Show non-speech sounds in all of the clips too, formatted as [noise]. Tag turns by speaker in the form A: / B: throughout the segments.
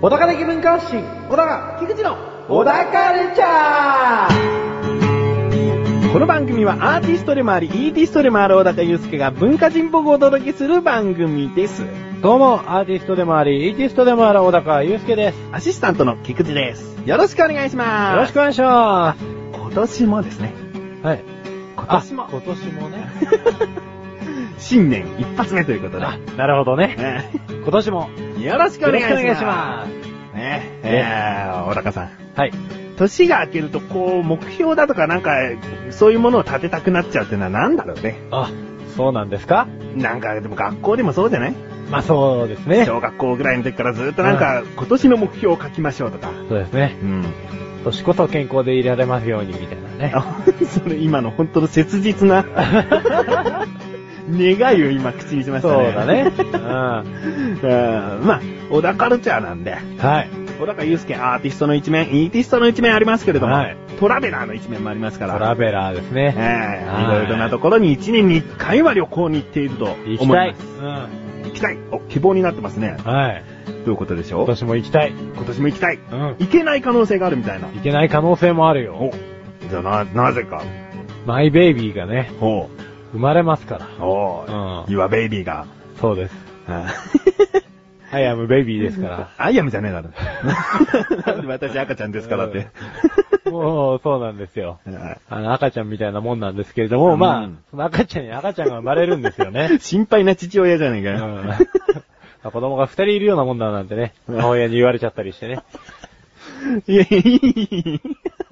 A: 小高的文化発信、小高、菊池の小高レチャーこの番組はアーティストでもあり、イーティストでもある小高祐介が文化人っぽくお届けする番組です。
B: どうも、アーティストでもあり、イーティストでもある小高祐介です。
A: アシスタントの菊池です。よろしくお願いします。
B: よろしくお願いします。
A: 今年もですね、
B: はい。
A: 今年も
B: あ今年もね。
A: [laughs] 新年一発目ということで。
B: あなるほどね。
A: ね
B: 今年も。
A: よろしくお
B: よろ
A: 願いします。。
B: しくお願いします
A: ね
B: ね
A: えー、小高さん。
B: はい。
A: 年が明けると、こう、目標だとかなんか、そういうものを立てたくなっちゃうっていうのはなんだろうね。
B: あ、そうなんですか
A: なんか、でも学校でもそうじゃない
B: まあそうですね。そ
A: 小学校ぐらいの時からずっとなんか、今年の目標を書きましょうとか。
B: うですね。
A: うん。
B: 年こそ健康でいられますように、みたいなね。
A: あ、 [laughs] それ今の本当の切
B: [laughs]
A: 実な、願いを今口にしました
B: そう
A: ね。
B: だね。う
A: うん。まあ、小田カルチャーなんで、
B: ん。はい。
A: 小高祐介アーティストの一面、イーティストの一面ありますけれども、
B: はい
A: トラベラーの一面もありますか
B: ト
A: ら。
B: ラベラーです
A: え
B: ね。
A: え
B: はい
A: いろいろなところに1年に1回は旅行に行っていると思い
B: 行きたい。
A: ます。
B: うん。
A: 行きたい。お、希望になってますね。
B: はい。
A: どういうことでしょ
B: 今
A: う
B: 年も行きたい。
A: 今年も行きたい。
B: うん。
A: 行けない可能性があるみたいな。
B: いけない可能性もあるよ。
A: お、じゃあな、なぜか。
B: マイベイビーがね、
A: おう
B: 生まれますから。
A: お
B: うん
A: う、岩ベイビ
B: [laughs]
A: ーが。
B: そうです。
A: あ
B: アイアムベイビーですから。
A: アイアムじゃねえだろ。なんで私赤ちゃんですからって。
B: [laughs] もう、そうなんですよ。
A: はい
B: あの、赤ちゃんみたいなもんなんですけれども、まあ、
A: うん。
B: その赤ちゃんに赤ちゃんが生まれるんですよ [laughs] ね
A: 心配な父親じゃねえか
B: うん
A: よ。
B: まあ [laughs] 子供が二人いるようなもんだなんてね、母親に言われちゃったりして
A: [laughs]
B: ね。
A: いや、いい。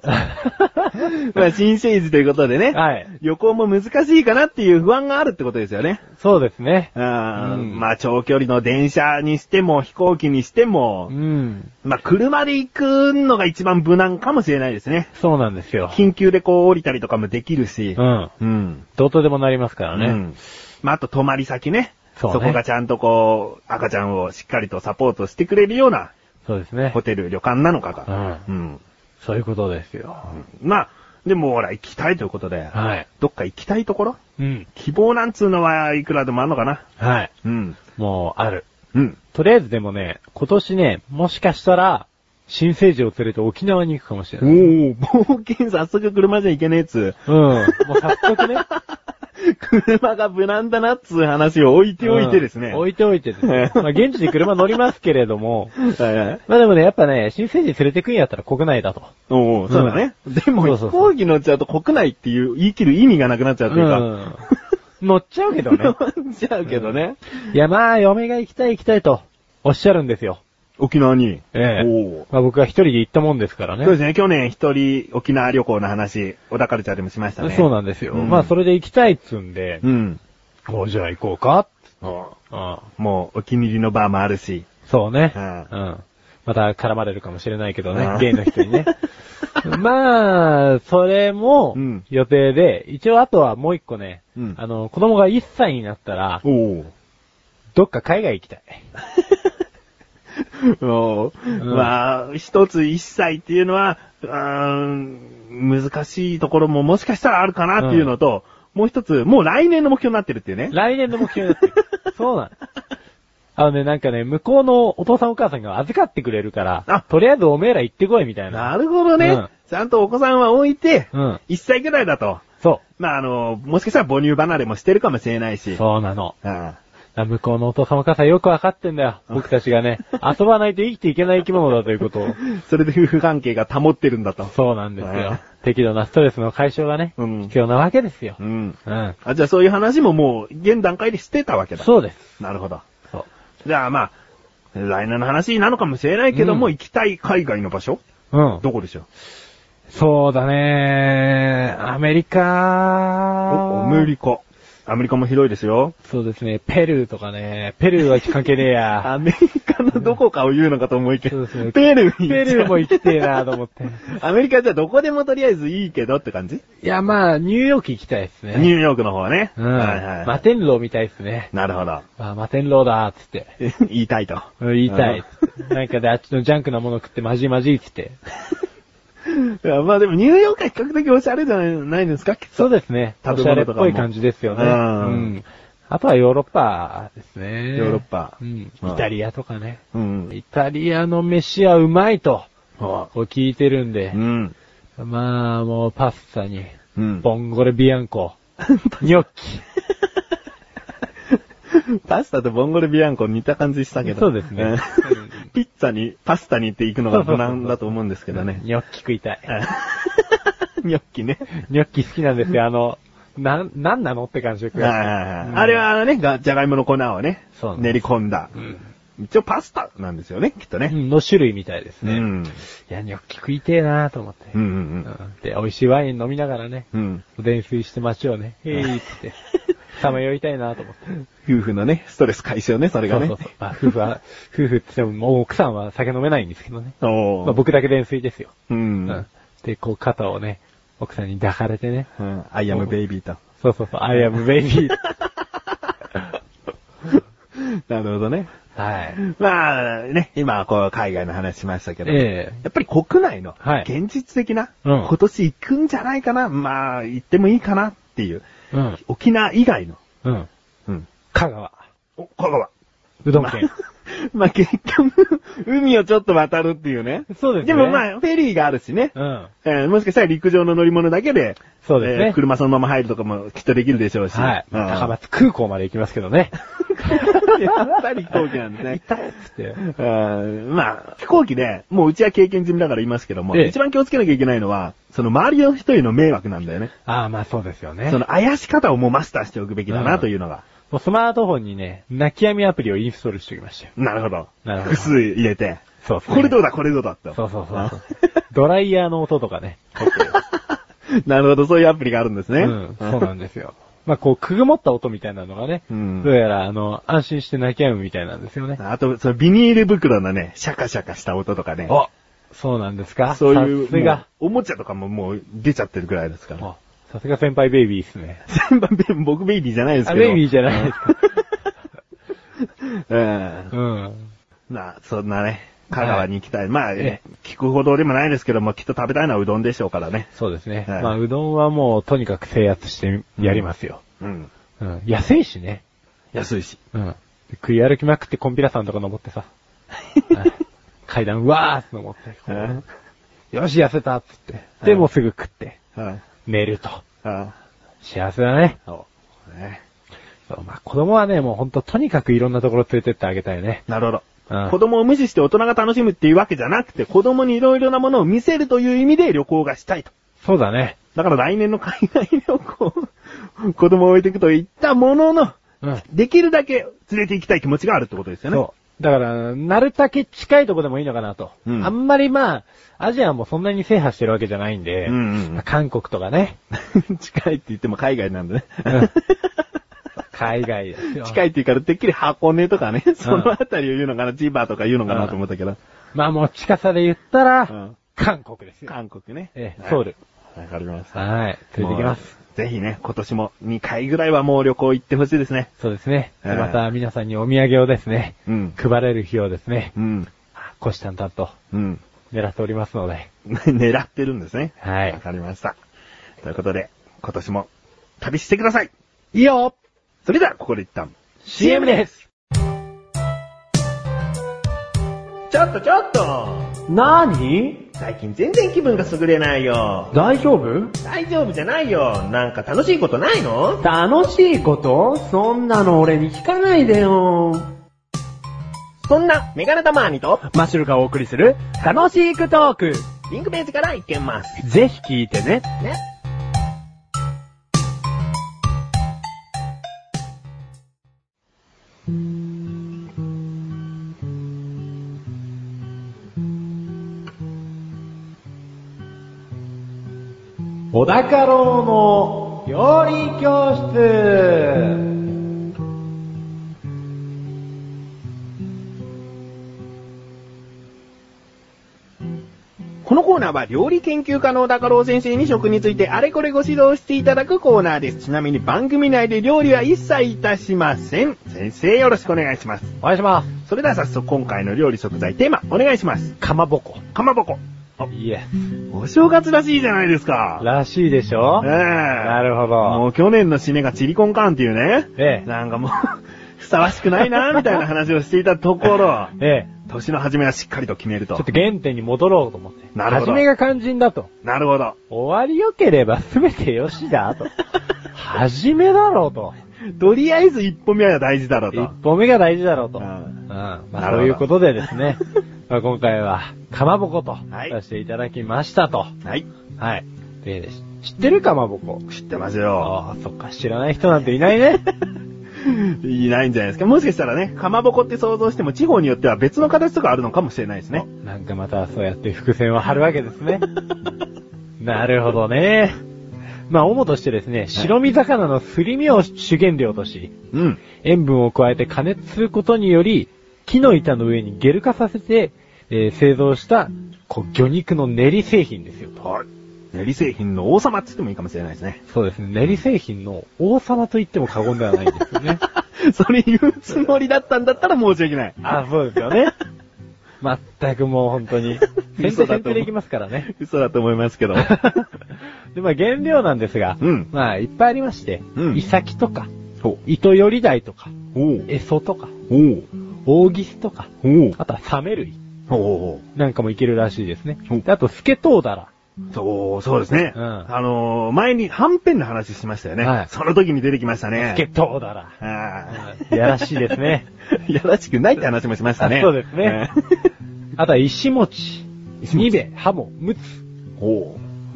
A: [laughs] まあ、新生児ということでね。
B: はい。
A: [laughs] 旅行も難しいかなっていう不安があるってことですよね。
B: そうですね。
A: あー
B: うん
A: まあ、長距離の電車にしても、飛行機にしても
B: う、ん。
A: まあ、車で行くのが一番無難かもしれないですね。
B: そうなんですよ。
A: 緊急でこう降りたりとかもできるし
B: う。ん。
A: うん。
B: どうとでもなりますから
A: う
B: ね。
A: ん。まあ、あと泊まり先ね。
B: そうね
A: こがちゃんとこう、赤ちゃんをしっかりとサポートしてくれるような
B: そうですね
A: ホ。テル、旅館なのか
B: う
A: が。
B: ん。
A: うん。
B: そういうことですよ。
A: まあ、でもほら、行きたいということで、
B: はい。
A: どっか行きたいところ
B: うん。
A: 希望なんつうのはいくらでもあんのかな。
B: はい。
A: うん。
B: もう、ある。
A: うん。
B: とりあえずでもね、今年ね、もしかしたら、新生児を連れて沖縄に行くかもしれ
A: お
B: ない。
A: ー、冒険早速車じゃ行けねえっつ
B: うん。もう早速ね。
A: う。車が無難だなっつう話を [laughs] 置いておいてですね。
B: うん置いておいてです
A: [laughs]
B: ね。まあ、現地に車乗りますけれども、
A: はいはい
B: まあでもね、やっぱね、新生児連れてくんやったら国内だと。
A: おー、そうだね。でも
B: そうそうそう
A: 飛行機乗っちゃうと国内っていう言い切る意味がなくなっちゃうというか。
B: ん。乗っちゃうけど
A: [laughs]
B: ね。
A: 乗っちゃうけどね。
B: いやまあ、嫁が行きたい行きたいと、おっしゃるんですよ。
A: 沖縄に。
B: ええ
A: おー。
B: まあ僕は一人で行ったもんですからね。
A: そうですね、去年一人沖縄旅行の話、小田カルチャーでもしましたね。
B: そうなんですよ。
A: うん
B: まあそれで行きたいっつうんで、
A: うん。
B: おじゃあ行こうか。
A: お
B: うん。
A: もう、お気に入りのバーもあるし。
B: そうね。
A: うん
B: うん。また絡まれるかもしれないけど
A: う
B: ね
A: ん、
B: ゲイの人に
A: [laughs]
B: ね。まあ、それも
A: うん、
B: 予定で、一応あとはもう一個ね、
A: うん
B: あの、子供が1歳になったら、
A: お
B: どっか海外行きたい。
A: [laughs] お
B: ん
A: まあ、一つ一歳っていうのは、うーん、難しいところももしかしたらあるかなっていうのと、もう一つ、もう来年の目標になってるっていうね。
B: 来年の目標だって。そうなの。あのね、なんかね、向こうのお父さんお母さんが預かってくれるから、
A: あ
B: とりあえずおめえら行ってこいみたいな。
A: なるほどね、
B: うん
A: ちゃんとお子さんは置いて、
B: うん。
A: 一歳ぐらいだと。
B: そ。
A: まあ、あの、もしかしたら母乳離れもしてるかもしれないうし。
B: そうなの。
A: うん
B: あ向こうのお父さんお母さんよくわかってんだよ。僕たちがね、遊ばないと生きていけない生き物だということを。
A: それで夫婦関係が保ってるんだと。
B: そうなんです
A: う
B: よ
A: ん。
B: 適度なストレスの解消がね、
A: うん
B: 必要なわけですよ。
A: うん。
B: うん。
A: あ、じゃあそういう話ももう、現段階でしてたわけだ。
B: そうです。
A: なるほど。
B: そう。
A: じゃあまあ、来年の話なのかもしれないけども、
B: うん
A: 行きたい海外の場所
B: うん。
A: どこでしょう
B: そうだねアメリカ
A: おアメリカ。アメリカも広いですよ。
B: そうですね、ペルーとかね、ペルーは関係ねえや。 [laughs]
A: アメリカのどこかを言うのかと思いきや
B: そうですね、
A: ペルー
B: ペ
A: に行っちゃう
B: ルーも行きてえなと思って。
A: アメリカじゃどこでもとりあえずいいけどって感
B: [laughs]
A: じ
B: いや、まあ、ニューヨーク行きたいですね。
A: ニューヨークの方ね。
B: うん。
A: はいはい。
B: 摩天楼見たいですね。
A: なるほど。
B: まあ、摩天楼だーっつって。
A: 言いたいと。
B: うん言いたいっつって。なんかであっちのジャンクなもの食ってまじいまじいっつって。
A: いやまあでもニューヨークは比較的オシャレじゃないないですか
B: そうですね。
A: 食
B: お
A: べ
B: しゃれ
A: 物
B: っ
A: とかも
B: ぽい感じですよね。
A: う
B: うんん。あとはヨーロッパですね。
A: ヨーロッパ
B: うん。イ
A: うん
B: タリアとかね。
A: うん。
B: イタリアの飯はうまいと、こう聞いてるんで
A: う。ん。
B: まあ、もうパスタに、
A: うん。
B: ボンゴレビアンコ、ニョッキ。
A: パスタとボンゴレビアンコ似た感じしたけど。
B: そうですね
A: ん
B: う。
A: ピッツァに、パスタにって行くのが無難だと思うんですけどね。
B: ニョッキ食いたい。
A: [laughs] ニョッキね。
B: ニョッキ好きなんですよ。あの、なん、なんなのって感じで食うやうん
A: あれはあのね、がじゃがいもの粉をね
B: そうな、んです
A: 練り込んだ。一応パスタなんですよね、きっ
B: つ
A: と
B: う
A: ね。
B: んの種類みたいです
A: う
B: ね。い
A: ん。
B: や、ニョッキ食いてえなと思って。
A: うんう
B: うんんで、美味しいワイン飲みながらね、
A: うん。うん。
B: 泥酔して街をね、へいっつって、さまよいたいなと思って。
A: 夫婦のね、ストレス解消ね、それがね
B: そう。そうそうまあ、夫婦は、夫婦って言っても、もう奥さんは酒飲めないんですけどね。
A: お
B: まあ、
A: ー
B: 僕だけ泥酔ですよ。
A: う。
B: うんん。で、こう肩をね、奥さんに抱かれてね。
A: うん。アイアムベイビーと。
B: そうそうそう、I am baby.
A: なるほどね。
B: はい。
A: まあね、今はこう海外の話しましたけど、
B: ええ
A: やっぱり国内の
B: はい
A: 現実的な、
B: うん
A: 今年行くんじゃないかな、まあ行ってもいいかなっていう、
B: うん。
A: 沖縄以外の、
B: うん。
A: うん、
B: 香川。
A: お香川。
B: うどん
A: [laughs]
B: 県。
A: まあ結局、海をちょっと渡るっていうね。
B: そうですね
A: でもまあフェリーがあるしね。
B: うん。
A: えーもしかしたら陸上の乗り物だけで、
B: そうですね
A: えー車そのまま入るとかもきっとできるでしょうし。
B: はい。
A: うん
B: 高松空港まで行きますけどね。
A: [laughs] やっぱり飛行機なんですね。
B: 痛いっつって。
A: うんまあ、飛行機で、もううちは経験済みだから言いますけども、
B: ええ
A: 一番気をつけなきゃいけないのは、その周りの人への迷惑なんだよね。
B: ああ、まあそうですよね。
A: その怪し方をもうマスターしておくべきだ
B: う
A: なんというのが。
B: もうスマートフォンにね、泣き闇アプリをインストールしておきましたよ。
A: なるほど。
B: なるほど
A: 複数入れて、
B: そう
A: これどうだ、これどうだって。
B: そうそうそうそう。ドライヤーの音とかね。
A: うんなるほど、そういうアプリがあるんですね。
B: うん。そうなんですよ。まあこう、くぐもった音みたいなのがね、
A: うん
B: どうやら、あの、安心して泣き止むみたいなんですよね。
A: [laughs] あと、そのビニール袋のね、シャカシャカした音とかね。
B: おそうなんですか
A: そういう、
B: さすが。
A: もうおもちゃとかももう出ちゃってるくらいですから。
B: おさすが先輩ベイビーですね。
A: 先輩、僕ベイビーじゃないです
B: あ、
A: けど。
B: ベイビーじゃないですか。
A: うん
B: うん。
A: まあ、そんなね、香川に行きたい。まあ、
B: ええ
A: 聞くほどでもないですけども、きっと食べたいのはうどんでしょうからね。
B: そうですね。
A: はい
B: まあ、うどんはもう、とにかく制圧してやりますよ。
A: うん。
B: うん。安いしね。
A: 安いし。
B: うん。で食い歩きまくってコンピラさんとか登ってさ。はい階段、うわーって登って。
A: うん。
B: よし、痩せたっつって。で、
A: うん
B: もうすぐ食って。
A: うん。
B: 寝ると。
A: うん
B: 幸せだね。
A: そうね
B: そう、まあ、子供はね、もうほんと、とにかくいろんなところ連れてってあげたいね。
A: なるほど。
B: うん
A: 子供を無視して大人が楽しむっていうわけじゃなくて、子供にいろいろなものを見せるという意味で旅行がしたいと。
B: そうだね。
A: だから来年の海外旅行、子供を置い [laughs] ていくと言ったものの、
B: うん。
A: できるだけ連れて行きたい気持ちがあるってことですよね。
B: そう。だから、なるだけ近いとこでもいいのかなと。
A: うん
B: あんまりまあ、アジアもそんなに制覇してるわけじゃないんで、
A: うんうんうん
B: 韓国とか
A: [laughs]
B: ね、
A: 近いって言っても海外なんでね。
B: うん海外ですよ。
A: [laughs] 近
B: い。
A: いって言うから、てっきり箱根とかね、そのあたりを言うのかな、ジバーとか言うのかなと思ったけど。
B: まあもう近さで言ったら、
A: うん
B: 韓国ですよ。
A: 韓国ね。
B: ええ
A: はい
B: ソウル。
A: わかりました。
B: はい。連れてきます。
A: もう。ぜひね、今年も2回ぐらいはもう旅行行ってほしいですね。
B: そうですね。で
A: ええ
B: また皆さんにお土産をですね、
A: うん
B: 配れる日をですね、
A: うん。
B: 虎視眈々と
A: うん。 [laughs]
B: 狙っておりますので、
A: 狙ってるんですね。
B: はい
A: わかりました。ということで、今年も旅してください。
B: いいよ
A: それでは、ここで一旦。
B: !CM です
A: ちょっとちょっと
B: なーに
A: 最近全然気分が優れないよ。
B: 大丈夫
A: 大丈夫じゃないよ。なんか楽しいことないの
B: 楽しいことそんなの俺に聞かないでよ。
A: そんな、メガネタマーニと、
B: マッシュルがお送りする、楽しいクトーク。
A: リンクページから行けます。
B: ぜひ聞いてね。
A: ね。
B: 小高郎の料理教室。
A: このコーナーは料理研究家の小高郎先生に食についてあれこれご指導していただくコーナーです。ちなみに番組内で料理は一切いたしません。先生よろしくお願いします。
B: お願いします。
A: それでは早速今回の料理食材テーマお願いします。
B: かまぼこ。
A: かまぼこ。あ
B: いえ。
A: お正月らしいじゃないですか。
B: らしいでしょ
A: ええ
B: なるほ
A: も
B: ど。
A: う去年の締めがチリコンカーンっていうね。
B: ええ
A: なんかもう、 [laughs] ふさわしくないな、みたいな話をしていたところ、
B: ええ。
A: 年の初めはしっかりと決める
B: ちょっ
A: と
B: と。原点に戻ろうと思って。
A: なるほど
B: 初めが肝心だと。
A: なるほど。
B: 終わり良ければ全て良しだ [laughs] と。初めだろうと。
A: とりあえず一歩目は大事だろう
B: 一
A: と。
B: 歩目が大事だろうと。
A: う
B: うんん。ま
A: な
B: あ、
A: るほど
B: そういうことでですね。 [laughs] まあ今回は、かまぼこと
A: はい、
B: させていただきましたと。
A: はい。
B: はい。で、知ってるかまぼこ。
A: 知ってますよ。
B: ああ、そっか、知らない人なんていないね。 [laughs]
A: いないんじゃないですか。もしかしたらね、かまぼこって想像しても地方によっては別の形とかあるのかもしれないですね。
B: なんかまたそうやって伏線を張るわけです
A: [laughs]
B: ね。なるほどね。まあ、主としてですね、白身魚のすり身を主原料とし、
A: うん。
B: 塩分を加えて加熱することにより、木の板の上にゲル化させて、えー製造した、こう、魚肉の練り製品ですよと。
A: はい。練り製品の王様って言ってもいいかもしれないですね。
B: そうですね、練り製品の王様と言っても過言ではないんですよね。
A: [laughs] それ言うつもりだったんだったら申し訳ない。
B: [laughs] あ、そうですよね。まったくもう本当 [laughs] に、先
A: 嘘
B: 手
A: だと思う
B: 先手でいきますからね。
A: 嘘だと思います [laughs] けど。
B: で、まあ原料なんですが、
A: うん
B: まあいっぱいありまして、
A: うん
B: イサキとか、
A: ほ
B: 糸より鯛とか、
A: う。おう。
B: エソとか、
A: おう。
B: オギスとか、
A: おう。
B: あとはサメ類
A: おお
B: なんかもいけるらしいですね
A: お。
B: であとスケトウダラ。
A: そう、そうですね。
B: うん
A: あのー前に半ペンの話しましたよね。
B: はい
A: その時に出てきましたね。
B: スケトウダラ。
A: あ
B: やらしいですね。
A: あ。 [laughs] やらしくないって話もしました [laughs] ね。
B: あそうですねあとは石餅、
A: 石餅
B: ニベ、ハモ、ムツ。
A: うん。おう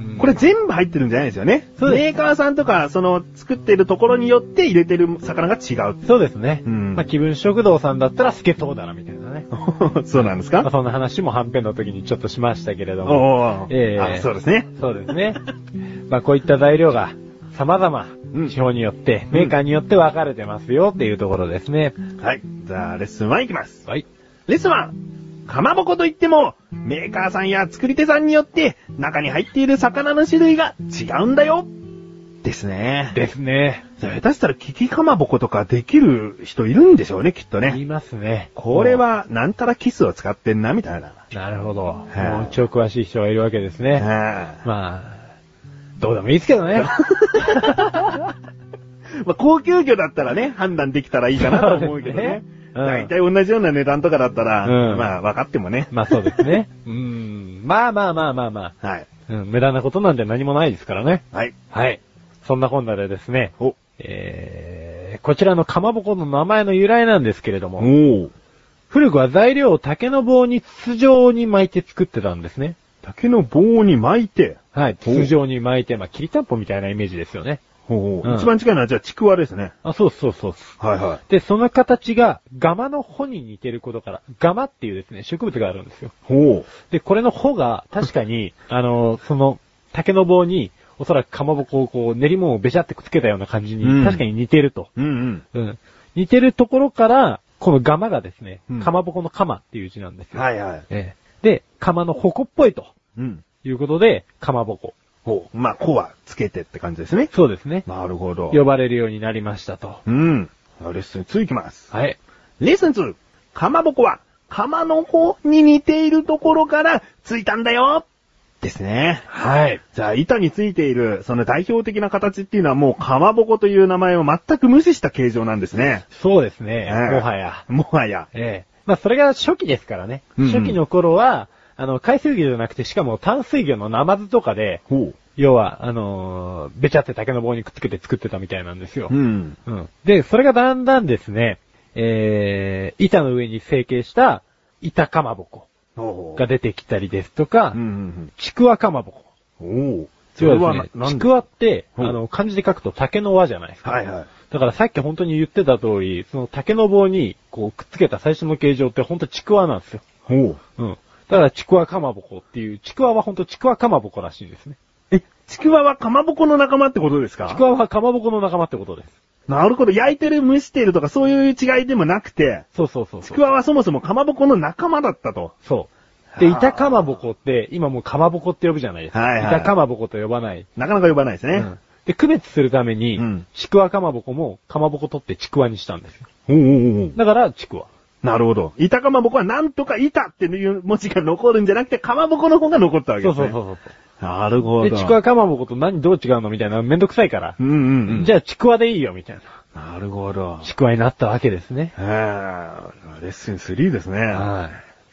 B: うん
A: これ全部入ってるんじゃないですよね。
B: そうです
A: メーカーさんとか、その、作ってるところによって入れてる魚が違う。 [laughs]
B: そうですね。
A: うん
B: まあ気分食堂さんだったらスケトウダラみたいなね。
A: そうなんです
B: まあ
A: か
B: そんな話も半編の時にちょっとしましたけれど
A: お
B: も。
A: お
B: ええ
A: あそうですね。
B: そうですね。まあこういった材料が様々
A: うん、
B: 地方によって、メーカーによって分かれてますよっていうところですね。
A: はい。じゃあ、レッスン1いきます。
B: はい。
A: レッスン1。かまぼこといっても、メーカーさんや作り手さんによって、中に入っている魚の種類が違うんだよ。ですね。
B: ですね。
A: 下手したら、キキかまぼことかできる人いるんでしょうね、きっと
B: 言い
A: ね。
B: ますね。
A: これ。は、なんたらキスを使ってんな、みたいな。
B: なるほど。も
A: いう
B: 超詳しい人がいるわけですね。
A: ああ
B: まあ、どうでもいいですけど
A: [laughs]
B: ね。
A: まあ、高級魚だったらね、判断できたらいいかなと思うけどね。
B: そうですねう
A: 大
B: ん
A: 体同じような値段とかだったら、
B: うん
A: まあ、分かってもね。
B: まあ [laughs] そうですね。うん。まあまあまあまあま
A: はい。
B: あ。うん、無駄なことなんて何もないですからね。
A: はい。
B: はい。そんなこんなでですね、
A: お。
B: えー、こちらのかまぼこの名前の由来なんですけれど
A: お
B: も、
A: ー。
B: 古くは材料を竹の棒に筒状に巻いて作ってたんですね。
A: 竹の棒に巻いて、
B: はい。
A: ほう
B: 筒状に巻いて、まあ、きりたんぽみたいなイメージですよね。
A: ほうほう
B: うん
A: 一番近いのはじゃあちくわですね。
B: あ、そうそうそう。
A: はいはい。
B: で、その形が、ガマの穂に似てることから、ガマっていうですね、植物があるんですよ。
A: ほ
B: で、これの穂が、確か [laughs] に、あの、その、竹の棒に、おそらくかまぼこをこう、練り物をべちゃってくっつけたような感じに、
A: うん
B: 確かに似てると。
A: う。うん
B: うん。似てるところから、このガマがですね、
A: うん
B: かまぼこのカマっていう字なんです
A: うん。
B: よ。
A: はいはい。
B: ええで、カマの矛っぽいと
A: うん。
B: いうことで、かまぼこ。
A: ほう。まあ、こはつけてって感じですね。
B: そうですね。
A: なるほど。
B: 呼ばれるようになりましたと。
A: うん。レッスン2いきます。
B: はい。
A: レッスン 2! かまぼこは、かまの方に似ているところからついたんだよですね。
B: はい。
A: じゃあ、板についている、その代表的な形っていうのはもう、かまぼこという名前を全く無視した形状なんですね。
B: そうですね。
A: ええ
B: もはや。
A: もはや。
B: ええ。まあ、それが初期ですからね。
A: うんうん
B: 初期の頃は、あの、海水魚じゃなくて、しかも淡水魚のナマズとかで、
A: ほ
B: 要は、あのーべちゃって竹の棒にくっつけて作ってたみたいなんですよ。
A: うん。
B: うんで、それがだんだんですね、えー、板の上に成形した板かまぼこ
A: ほう
B: が出てきたりですとか、
A: うんうん
B: ちくわかまぼこ。
A: うん。おお。
B: それはですね、
A: な
B: ちくわって、あ
A: うん
B: の、漢字で書くと竹の輪じゃないですか。
A: はいはい。
B: だからさっき本当に言ってた通り、その竹の棒にこうくっつけた最初の形状って本当ちくわなんですよ。
A: ほう。
B: うん。だからちくわかまぼこっていう、ちくわは本当ちくわかまぼこらしいですね。
A: え、ちくわはかまぼこの仲間ってことですか
B: ちくわはかまぼこの仲間ってことです。
A: なるほど。焼いてる、蒸してるとかそういう違いでもなくて、
B: そうそうそう
A: ち
B: そ
A: く
B: う。
A: わはそもそもかまぼこの仲間だったと。
B: そう。で、
A: はあ
B: 板かまぼこって、今もうかまぼこって呼ぶじゃないですか。
A: はいはい
B: 板かまぼこと呼ばない。
A: なかなか呼ばないです
B: う
A: ね。
B: んで、区別するために、
A: うん
B: ちくわかまぼこもかまぼこ取ってちくわにしたんですよ。
A: うん、おうおうおう
B: だから、ちくわ。
A: うなるほど。板かまぼこはなんとか板っていう文字が残るんじゃなくて、かまぼこの方が残ったわけ
B: そ
A: で
B: う
A: すね。
B: そうそうそ
A: う
B: う。
A: そう。なるほど。
B: で、ちくわかまぼこと何どう違うのみたいな、めんどくさいから
A: う。んうんうん。
B: じゃあ、ちくわでいいよ、みたいな。
A: なるほど。
B: ちくわになったわけですね。
A: えーレッスン3ですね。今
B: は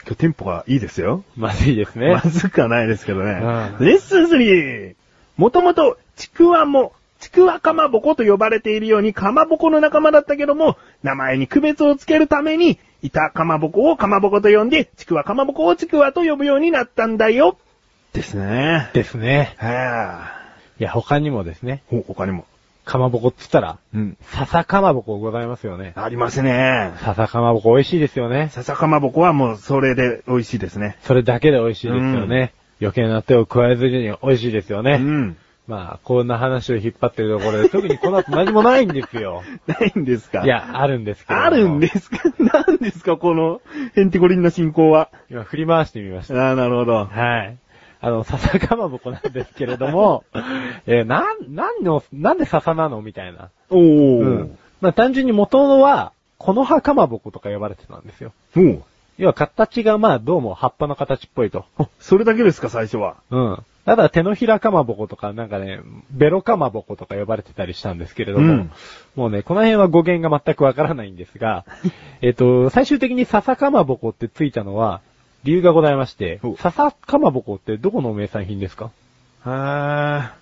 A: 日テンポがいいですよ。
B: い。まずいですね
A: ま。ずくはないですけどね。
B: うん
A: レッスン 3! もともと、ちくわも、ちくわかまぼこと呼ばれているように、かまぼこの仲間だったけども、名前に区別をつけるために、板かまぼこをかまぼこと呼んで、ちくわかまぼこをちくわと呼ぶようになったんだよ。ですね。
B: ですね。
A: はい
B: や、他にもですね、
A: い。他にも。
B: かまぼこって言ったら、
A: うん。
B: 笹かまぼこございますよね。
A: ありますね。
B: 笹かまぼこ美味しいですよね。
A: 笹かまぼこはもう、それで美味しいですね。
B: それだけで美味しいですよね。余計な手を加えずに美味しいですよね。
A: うん。
B: まあ、こんな話を引っ張ってるところで、特にこの後何もないんですよ。
A: ないんですか
B: い。や、あるんですけど。
A: あるんですか [laughs] 何ですかこの、ヘンテコリンな進行は。
B: 今振り回してみまし
A: あ
B: た。
A: ーなるほど。
B: はい。あの、笹かまぼこなんですけれど
A: [laughs]
B: も、えーなん、なんの、なんで笹なのみたいな。
A: お
B: う
A: ー。
B: ん。まあ、単純に元は、この葉かまぼことか呼ばれてたんですよ。
A: おう
B: 要は形がまあ、どうも葉っぱの形っぽいと。 [laughs]
A: あ、それだけですか、最初は。
B: うん。ただ手のひらかまぼことか、なんかね、ベロかまぼことか呼ばれてたりしたんですけれども、
A: うん
B: もうね、この辺は語源が全くわからないんです
A: [laughs]
B: が、えっと、最終的に笹かまぼこってついたのは、理由がございまして
A: お、
B: 笹かまぼこってどこの名産品ですか
A: は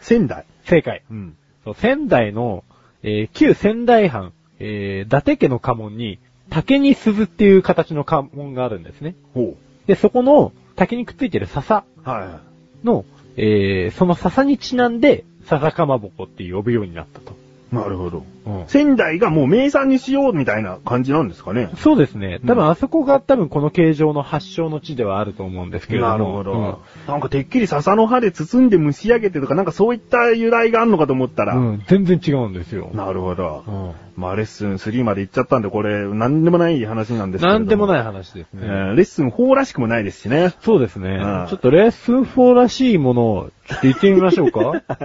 A: ー。仙台。
B: 正解。
A: うん。
B: そう仙台の、えー旧仙台藩、えー伊達家の家紋に、竹に鈴っていう形の家紋があるんですね。
A: ほ
B: で、そこの竹にくっついてる笹
A: う。は
B: の、えー、その笹にちなんで、笹かまぼこって呼ぶようになったと。
A: い。なるほど。
B: うん
A: 仙台がもう名産にしようみたいな感じなんですかね。
B: そうですね。多
A: う
B: 分
A: ん
B: あそこが多分この形状の発祥の地ではあると思うんですけれども。
A: なるほど、なんかてっきり笹の葉で包んで蒸し上げてとか、なんかそういった由来があるのかと思ったら。
B: うん。うん全然違うんですよ。
A: なるほど。
B: うん
A: まあ、レッスン3まで行っちゃったんで、これ、なんでもない話なんですけれ
B: な
A: ど。
B: んでもないい話です
A: え
B: ね。
A: ーレッスン4らしくもないですしね。
B: そうですね
A: うん。
B: ちょっとレッスン4らしいものを、ちょっと言ってみましょう
A: [laughs]
B: か。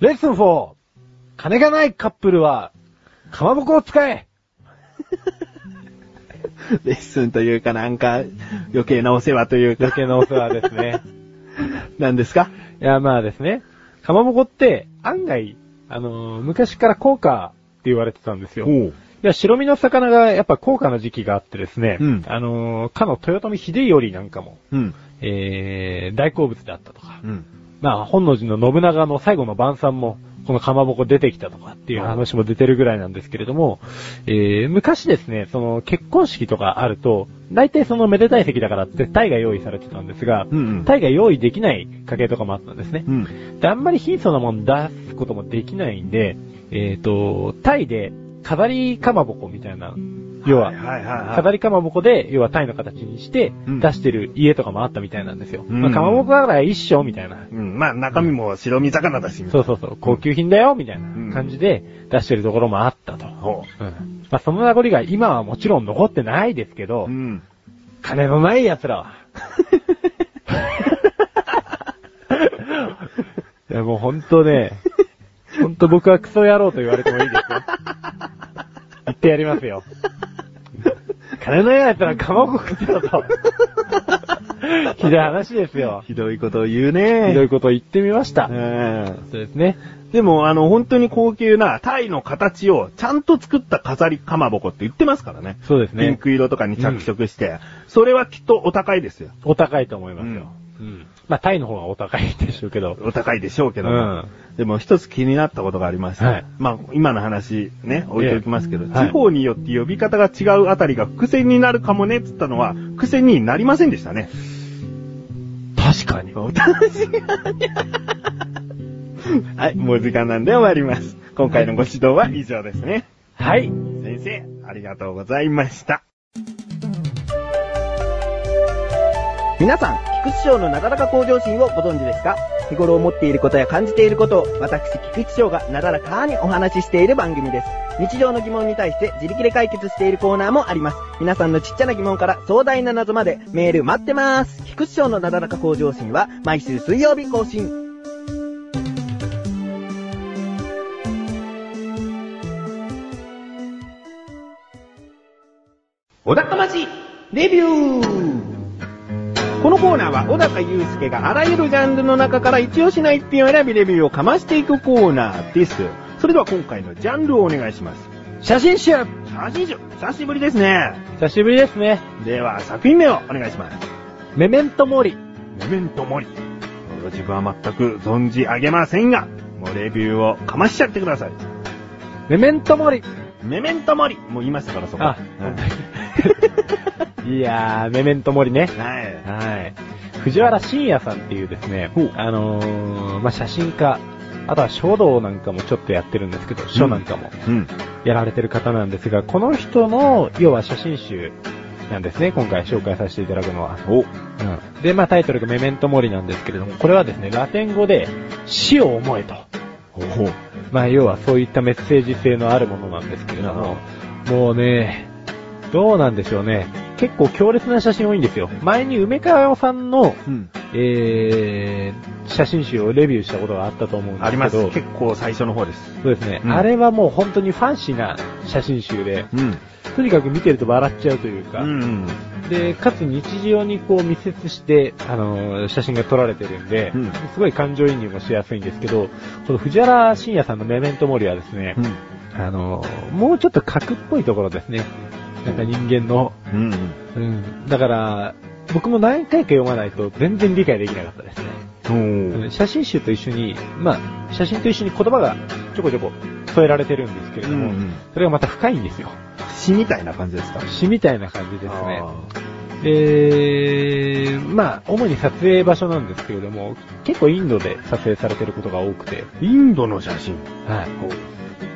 B: レッスン 4! 金がないカップルは、かまぼこを使え
A: [laughs] レッスンというかなんか、余計なお世話というか
B: 余計なお世話ですね。
A: なんですか
B: いや、まあですね。かまぼこって、案外、あのー昔から高価って言われてたんですよ。いや、白身の魚がやっぱ高価な時期があってですね。
A: うん
B: あのーかの豊臣秀頼なんかも、
A: うん。
B: えー、大好物であったとか。
A: うん。
B: まあ、本能寺の信長の最後の晩餐も、このかまぼこ出てきたとかっていう話も出てるぐらいなんですけれども、えー、昔ですね、その結婚式とかあると、大体そのめでたい席だからってタイが用意されてたんですが、
A: うんうん
B: タイが用意できない家計とかもあったんですね
A: う。ん。
B: で、あんまり貧相なもん出すこともできないんで、えっ、と、タイで飾りかまぼこみたいな、要は、
A: はいはいはい。
B: 飾りかまぼこで、要はタイの形にして
A: うん
B: 出してる家とかもあったみたいなんですよ。
A: うん
B: まあ、かまぼこだから一生みたいな。
A: うん。まあ、中身も白身魚だし。。
B: そううそうそう、高級品だよみたいな感じで出してるところもあったと。
A: ほ
B: うん。まあ、その名残が今はもちろん残ってないですけど、
A: う。ん。
B: 金のない奴 [laughs] らは。いや、もうほんとね、ほんと僕はクソ野郎と言われてもいいですよ。言ってやりますよ。金のない奴らはかまぼこ食ってたと。ひどい話ですよ。
A: ひどいことを言うね。
B: ひど
A: い。
B: いことを言ってみました。
A: うん。
B: そうですね。
A: でも、あの、本当に高級なタイの形をちゃんと作った飾りかまぼこって言ってますからね。
B: そうです
A: ピン
B: ね。
A: ク色とかに着色して、それはきっとお高いですよ。
B: お高いと思いますよ。うん。まあ、タイの方がお高いでしょうけど。
A: お高いでしょうけども、
B: うん
A: でも一つ気になったことがありまして、
B: はい
A: まあ今の話ね、置いておきますけど、
B: ええはい
A: 地方によって呼び方が違うあたりが伏線になるかもねって言ったのは、伏線になりませんでしたね。
B: 確かに。
A: はい、もう時間なんで終わります。今回のご指導は以上ですね。
B: はい。
A: 先生、ありがとうございました。
C: 皆さん、菊池賞のなだらか向上心をご存知ですか日頃思っていることや感じていることを、私、菊池翔がなだらかにお話ししている番組です。日常の疑問に対して自力で解決しているコーナーもあります。皆さんのちっちゃな疑問から壮大な謎までメール待ってます。菊池翔のなだらか向上心は毎週水曜日更新。
A: 小高町レビューこのコーナーは小高祐介があらゆるジャンルの中から一押しな一品を選びレビューをかましていくコーナーです。それでは今回のジャンルをお願いします。
B: 写真集
A: 写真集、久しぶりですね。
B: 久しぶりですね。
A: では作品名をお願いします。
B: メメントモリ。
A: メメントモリ。自分は全く存じ上げませんが、もうレビューをかましちゃってください。
B: メメントモリ。
A: メメントモリもう言いましたからそこ。
B: あ
A: うん
B: [laughs] いやー、メメントモリね。
A: はい。
B: はい。藤原信也さんっていうですね
A: ほう、
B: あのー、まあ、写真家、あとは書道なんかもちょっとやってるんですけど、書なんかも
A: うん。
B: やられてる方なんですが、この人の、要は写真集なんですね、今回紹介させていただくのは。
A: お、
B: うん。で、まあ、タイトルがメメントモリなんですけれども、これはですね、ラテン語で、死を思えと。
A: お
B: まあ、要はそういったメッセージ性のあるものなんですけれども、もうね、どうなんでしょうね。結構強烈な写真多いんですよ。前に梅川さんの、
A: うん。
B: えー、写真集をレビューしたことがあったと思うんですけど。
A: あります。結構最初の方です。
B: そうですね、
A: うん
B: あれはもう本当にファンシーな写真集で、
A: うん。
B: とにかく見てると笑っちゃうというか、
A: うん。
B: で、かつ日常にこう密接して、あのー写真が撮られてるんで、
A: うん
B: すごい感情移入もしやすいんですけど、この藤原信也さんのメメントモリはですね、
A: うん。
B: あのーもうちょっと核っぽいところですね。なんか人間の、
A: うん。
B: うん。だから、僕も何回か読まないと全然理解できなかったですね。
A: うん。
B: 写真集と一緒に、まあ、写真と一緒に言葉がちょこちょこ添えられてるんですけれども、それがまた深いんですよ。
A: 詩みたいな感じですか
B: 詩みたいな感じですね。
A: あ
B: えー、まあ、主に撮影場所なんですけれども、結構インドで撮影されてることが多くて、
A: ーインドの写真。
B: は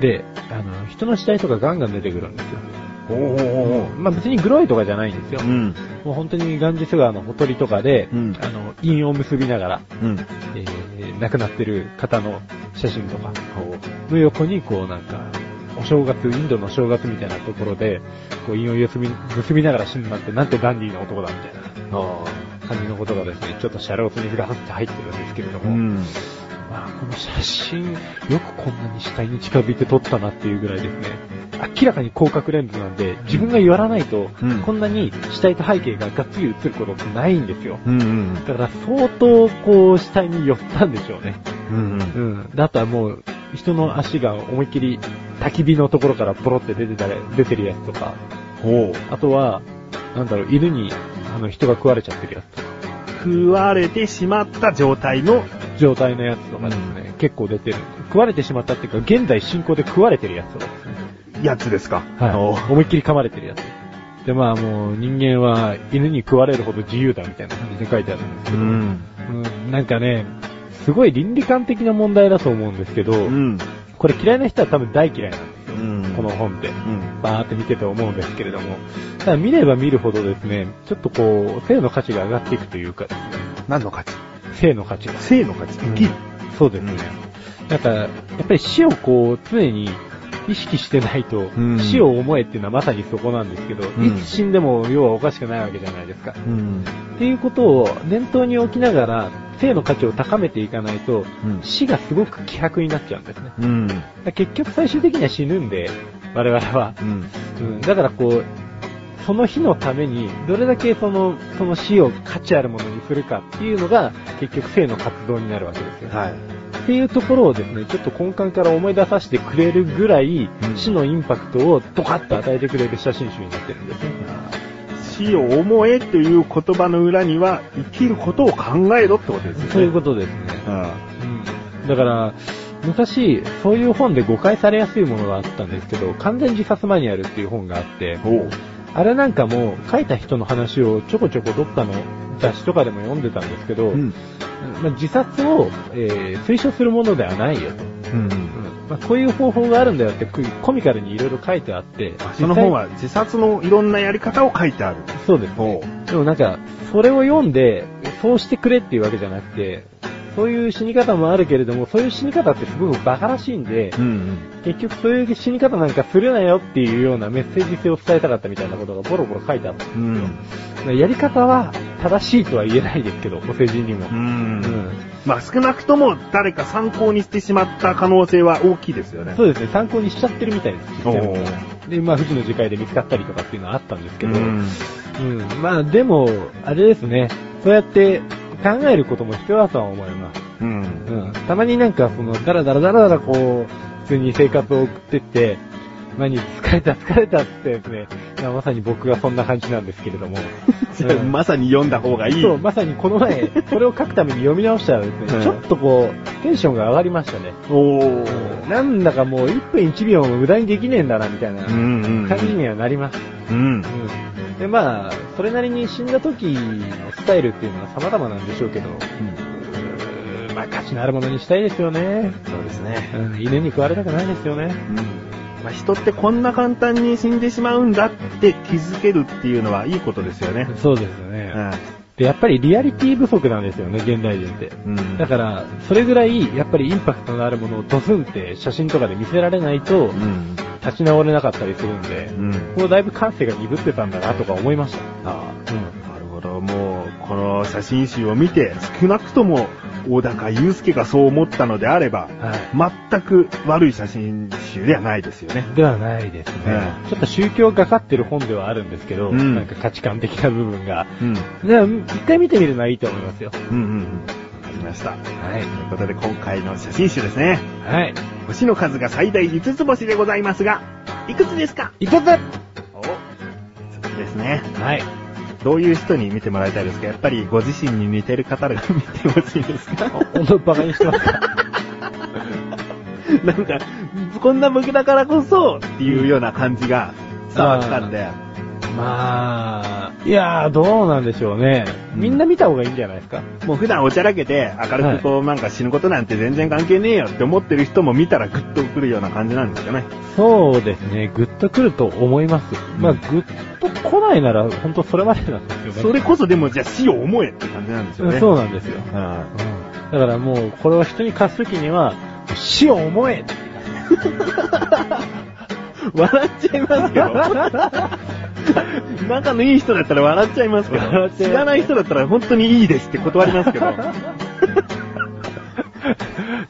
B: い。で、あの、人の死体とかガンガン出てくるんですよ。
A: おお
B: まあ別にグロいとかじゃないんですよ。
A: うん。
B: もう本当にガンジス川のほとりとかで、
A: うん
B: あの、陰を結びながら、
A: うん。
B: えー、亡くなってる方の写真とか、の横にこうなんか、お正月、インドのお正月みたいなところで、こう、陰を結び、結びながら死ぬなんて、なんてダンディーな男だみたいな。
A: あ
B: 感じのことがですね、ちょっとシャレオツにガンって入ってるんですけれど
A: う
B: も、
A: ん。
B: まあこの写真、よくこんなに死体に近づいて撮ったなっていうぐらいですね、明らかに広角レンズなんで、自分がやらないと、
A: うん
B: こんなに死体と背景ががっつり映ることってないんですよ。
A: うん。うん。
B: だから相当こう死体に寄ったんでしょうね。
A: うん。
B: うん。だったらもう、人の足が思いっきり焚き火のところからボロって出てたり、出てるやつとか、
A: ほう。
B: あとは、なんだろう、犬に、あの、人が食われちゃってるやつとか
A: 食われてしまった状態の、
B: 状態のやつとかですね、結構出てる。食われてしまったっていうか、現在進行で食われてるやつとかですね。
A: やつですか。お
B: はい。思いっきり噛まれてるやつ。で、まあもう人間は犬に食われるほど自由だみたいな感じで書いてあるんですけ
A: う
B: ど、
A: ん。
B: うんなんかね、すごい倫理観的な問題だと思うんですけど、
A: うん。
B: これ嫌いな人は多分大嫌いなんですよ。
A: うん
B: この本って。
A: うん。
B: バーって見てて思うんですけれども、ただ見れば見るほどですね、ちょっとこう、性の価値が上がっていくというかですね、
A: 何の価値
B: 性の価値が。
A: 性の価値。生きる。
B: そうですね。なんか、やっぱり死をこう、常に意識してないと、
A: ん
B: 死を思えっていうのはまさにそこなんですけど、
A: うん
B: いつ死んでも要はおかしくないわけじゃないですか。
A: うん。
B: っていうことを念頭に置きながら、生の価値を高めていかないと、
A: うん
B: 死がすごく希薄になっちゃうんですね。だか
A: うん。
B: ら結局最終的には死ぬんで、我々は。
A: うん。
B: うん、だからこう、その日のために、どれだけその、その死を価値あるものにするかっていうのが、結局生の活動になるわけですよ。
A: はい。
B: っていうところをですね、ちょっと根幹から思い出させてくれるぐらい、
A: うん
B: 死のインパクトをドカッと与えてくれる写真集になってるんですね。
A: 死を思えという言葉の裏には、生きることを考えろってことですよね。
B: そういうことですね。
A: と。うん。
B: うん、だから、昔、そういう本で誤解されやすいものがあったんですけど、完全自殺マニュアルっていう本があって、
A: おう。
B: あれなんかも書いた人の話をちょこちょこどっかの雑誌とかでも読んでたんですけど、
A: うん。
B: まあ自殺を、えー推奨するものではないよと。
A: うん。
B: まあ、こういう方法があるんだよってくコミカルにいろいろ書いてあって、
A: その本は自殺のいろんなやり方を書いてある。
B: 実際そうです、
A: おう
B: ね。でもなんか、それを読んで、そうしてくれっていうわけじゃなくて、そういう死に方もあるけれども、そういう死に方ってすごくバカらしいんで、
A: うん
B: 結局そういう死に方なんかするなよっていうようなメッセージ性を伝えたかったみたいなことがボロボロ書いてある
A: うん。うん。
B: やり方は正しいとは言えないですけど、お世辞にも。
A: うん
B: うん
A: まあ少なくとも誰か参考にしてしまった可能性は大きいですよね。
B: そうですね、参考にしちゃってるみたいです。
A: おー
B: 実際で、まあ、富士の樹海で見つかったりとかっていうのはあったんですけ
A: う
B: ど、
A: ん。
B: うん、まあでも、あれですね、そうやって考えることも必要だとは思います。
A: うん。。
B: うん、たまになんかその、だらだらだらだらこう、普通に生活を送ってって、毎日疲れた疲れたってですね、まあまさに僕がそんな感じなんですけ [laughs] れども
A: それ
B: うん
A: まさに読んだ方がいい。
B: そう、まさにこの前、これを書くために読み直したらです
A: うん
B: ね、ちょっとこう、テンションが上がりましたね。
A: お
B: うん
A: ー。
B: なんだかもう1分1秒も無駄にできねえんだな、みたいな
A: う
B: 感
A: んうんうん。
B: じにはなります。
A: うん。
B: うん。で、まあ、それなりに死んだ時のスタイルっていうのは様々なんでしょうけど、うんまあ、価値のあるものにしたいですよね。
A: そうですね。
B: うん、犬に食われたくないですよね。
A: うん。まあ人ってこんな簡単に死んでしまうんだって気づけるっていうのはいいことですよね。
B: そうですよねで、やっぱりリアリティ不足なんですよね、現代人って。
A: うん
B: だから、それぐらい、やっぱりインパクトのあるものをドスンって写真とかで見せられないと
A: う、ん。
B: 立ち直れなかったりするんで、
A: うん。
B: もうだいぶ感性が鈍ってたんだなとか思いました。
A: あ
B: うん。
A: あ、なるほど。もう、この写真集を見て、少なくとも、小高祐介がそう思ったのであれば、
B: はい。
A: 全く悪い写真集ではないですよね。
B: ではないですね。
A: うん
B: ちょっと宗教がかってる本ではあるんですけど、
A: うん
B: なんか価値観的な部分が。
A: うん。
B: で一回見てみるのはいいと思いますよ。
A: うんうんうん。わかりました。
B: はい。
A: ということで、今回の写真集ですね。
B: はい。
A: 星の数が最大5つ星でございますが、いくつですか
B: 一発は
A: おそうですね。
B: い。
A: どういう人に見てもらいたいですかやっぱりご自身に似てる方が見てほしいですか
B: 本当バカにしてますか
A: [laughs] なんか、こんな僕だからこそっていうような感じが伝わったんで。
B: まあ、いやー、どうなんでしょうね。みんな見た方がいいんじゃないですか。
A: もう普段おちゃらけて明るくこうなんか死ぬことなんて全然関係ねえよって思ってる人も見たらグッとくるような感じなんですよね。
B: そうですね。ぐっと来ると思います。まあ、
A: うん
B: ぐっと来ないなら、本当それまでなんですよね。
A: それこそでもじゃあ死を思えって感じなんですよね。。
B: そううなんですよ。
A: ん。
B: だからもう、これは人に貸すときには、死を思 [laughs] え
A: 笑っちゃいますけど。仲のいい人だったら笑っちゃいますけ
B: 笑
A: ど
B: っ。ちゃいます
A: 知らない人だったら本当にいいですって断りますけ
B: [laughs]
A: ど。[laughs]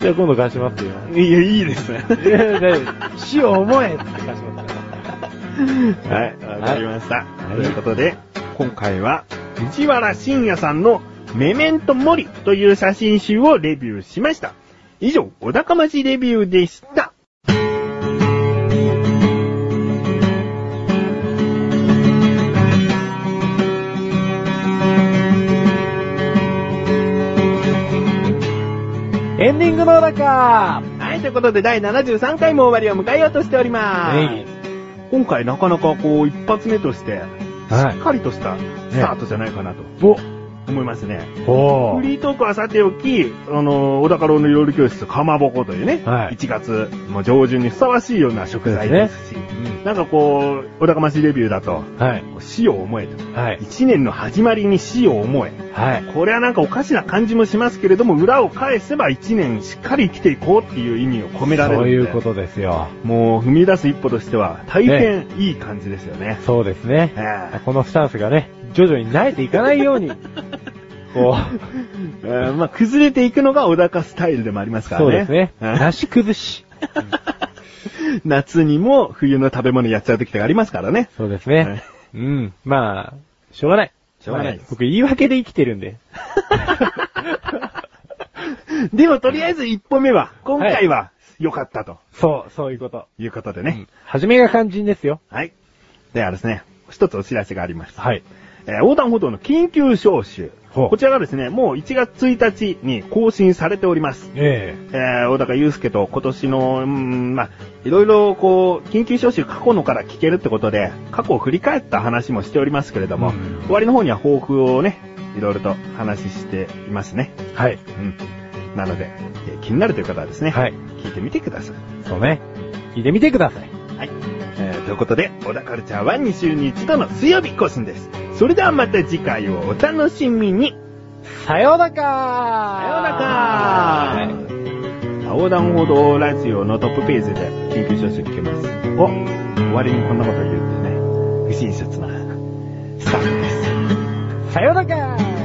B: じゃあ今度貸しますよ。
A: いや、いい [laughs] ですね。
B: いや大丈夫 [laughs] 死を思えって貸しますから。
A: はい、わかりました。
B: い
A: ということで、今回は藤原信也さんのメメントモリという写真集をレビューしました。以上、小高町レビューでした。
B: エンディングの中
A: はい、ということで第73回も終わりを迎えようとしております。今回なかなかこう一発目として、し
B: はい
A: っかりとしたスタートじゃないかなと
B: お
A: 思いますね。
B: お
A: フリートークはさておき、あの、小高郎の料理教室、かまぼこというね、
B: はい
A: 1月の上旬にふさわしいような食材ですし、なんかこう、小高ましレビューだと、
B: はい。
A: 死を思えと。
B: はい。
A: 一年の始まりに死を思え。
B: はい。
A: これはなんかおかしな感じもしますけれども、裏を返せば一年しっかり生きていこうっていう意味を込められるん
B: そ
A: で。
B: ういうことですよ。
A: もう踏み出す一歩としては、大変いい感じですよね。
B: そうですね。
A: え
B: このスタンスがね、徐々に慣れていかないよう [laughs] に、こ
A: えええまあ、崩れていくのが小高スタイルでもあります
B: う、
A: からね。
B: そうですね。
A: ええ
B: なし崩し。
A: [laughs] 夏にも冬の食べ物やっちゃう時とかありますからね。
B: そうですね。うん。まあ、しょうがない。
A: しょうがないです
B: 僕言い訳で生きてるんで。 [laughs]
A: でもとりあえず一歩目は、今回は良かったと
B: そう、そういうこと。
A: いうことで
B: う
A: ね。
B: ん。初めが肝心ですよ。
A: はい。ではですね、一つお知らせがあります。
B: はい。
A: えー横断歩道の緊急招集。
B: ほう
A: こちらがですね、もう1月1日に更新されております。
B: え
A: えー、小高祐介と今年の、うーんまあ、いろいろこう、緊急招集過去のから聞けるってことで、過去を振り返った話もしておりますけれど
B: う
A: も、
B: ん
A: 終わりの方には抱負をね、いろいろと話していますね。
B: えはい。
A: うん。なので、えー気になるという方はですね、
B: はい。
A: 聞いてみてください。
B: そうね。聞いてみてください。
A: はい。えーということで、小田カルチャーは2週に1度の水曜日更新です。それではまた次回をお楽しみに。
B: さよなか
A: さよなか横断歩道ラジオのトップページで緊急招集聞けます。お終わりにこんなこと言うってね、不親切なスタッフです。
B: さよなか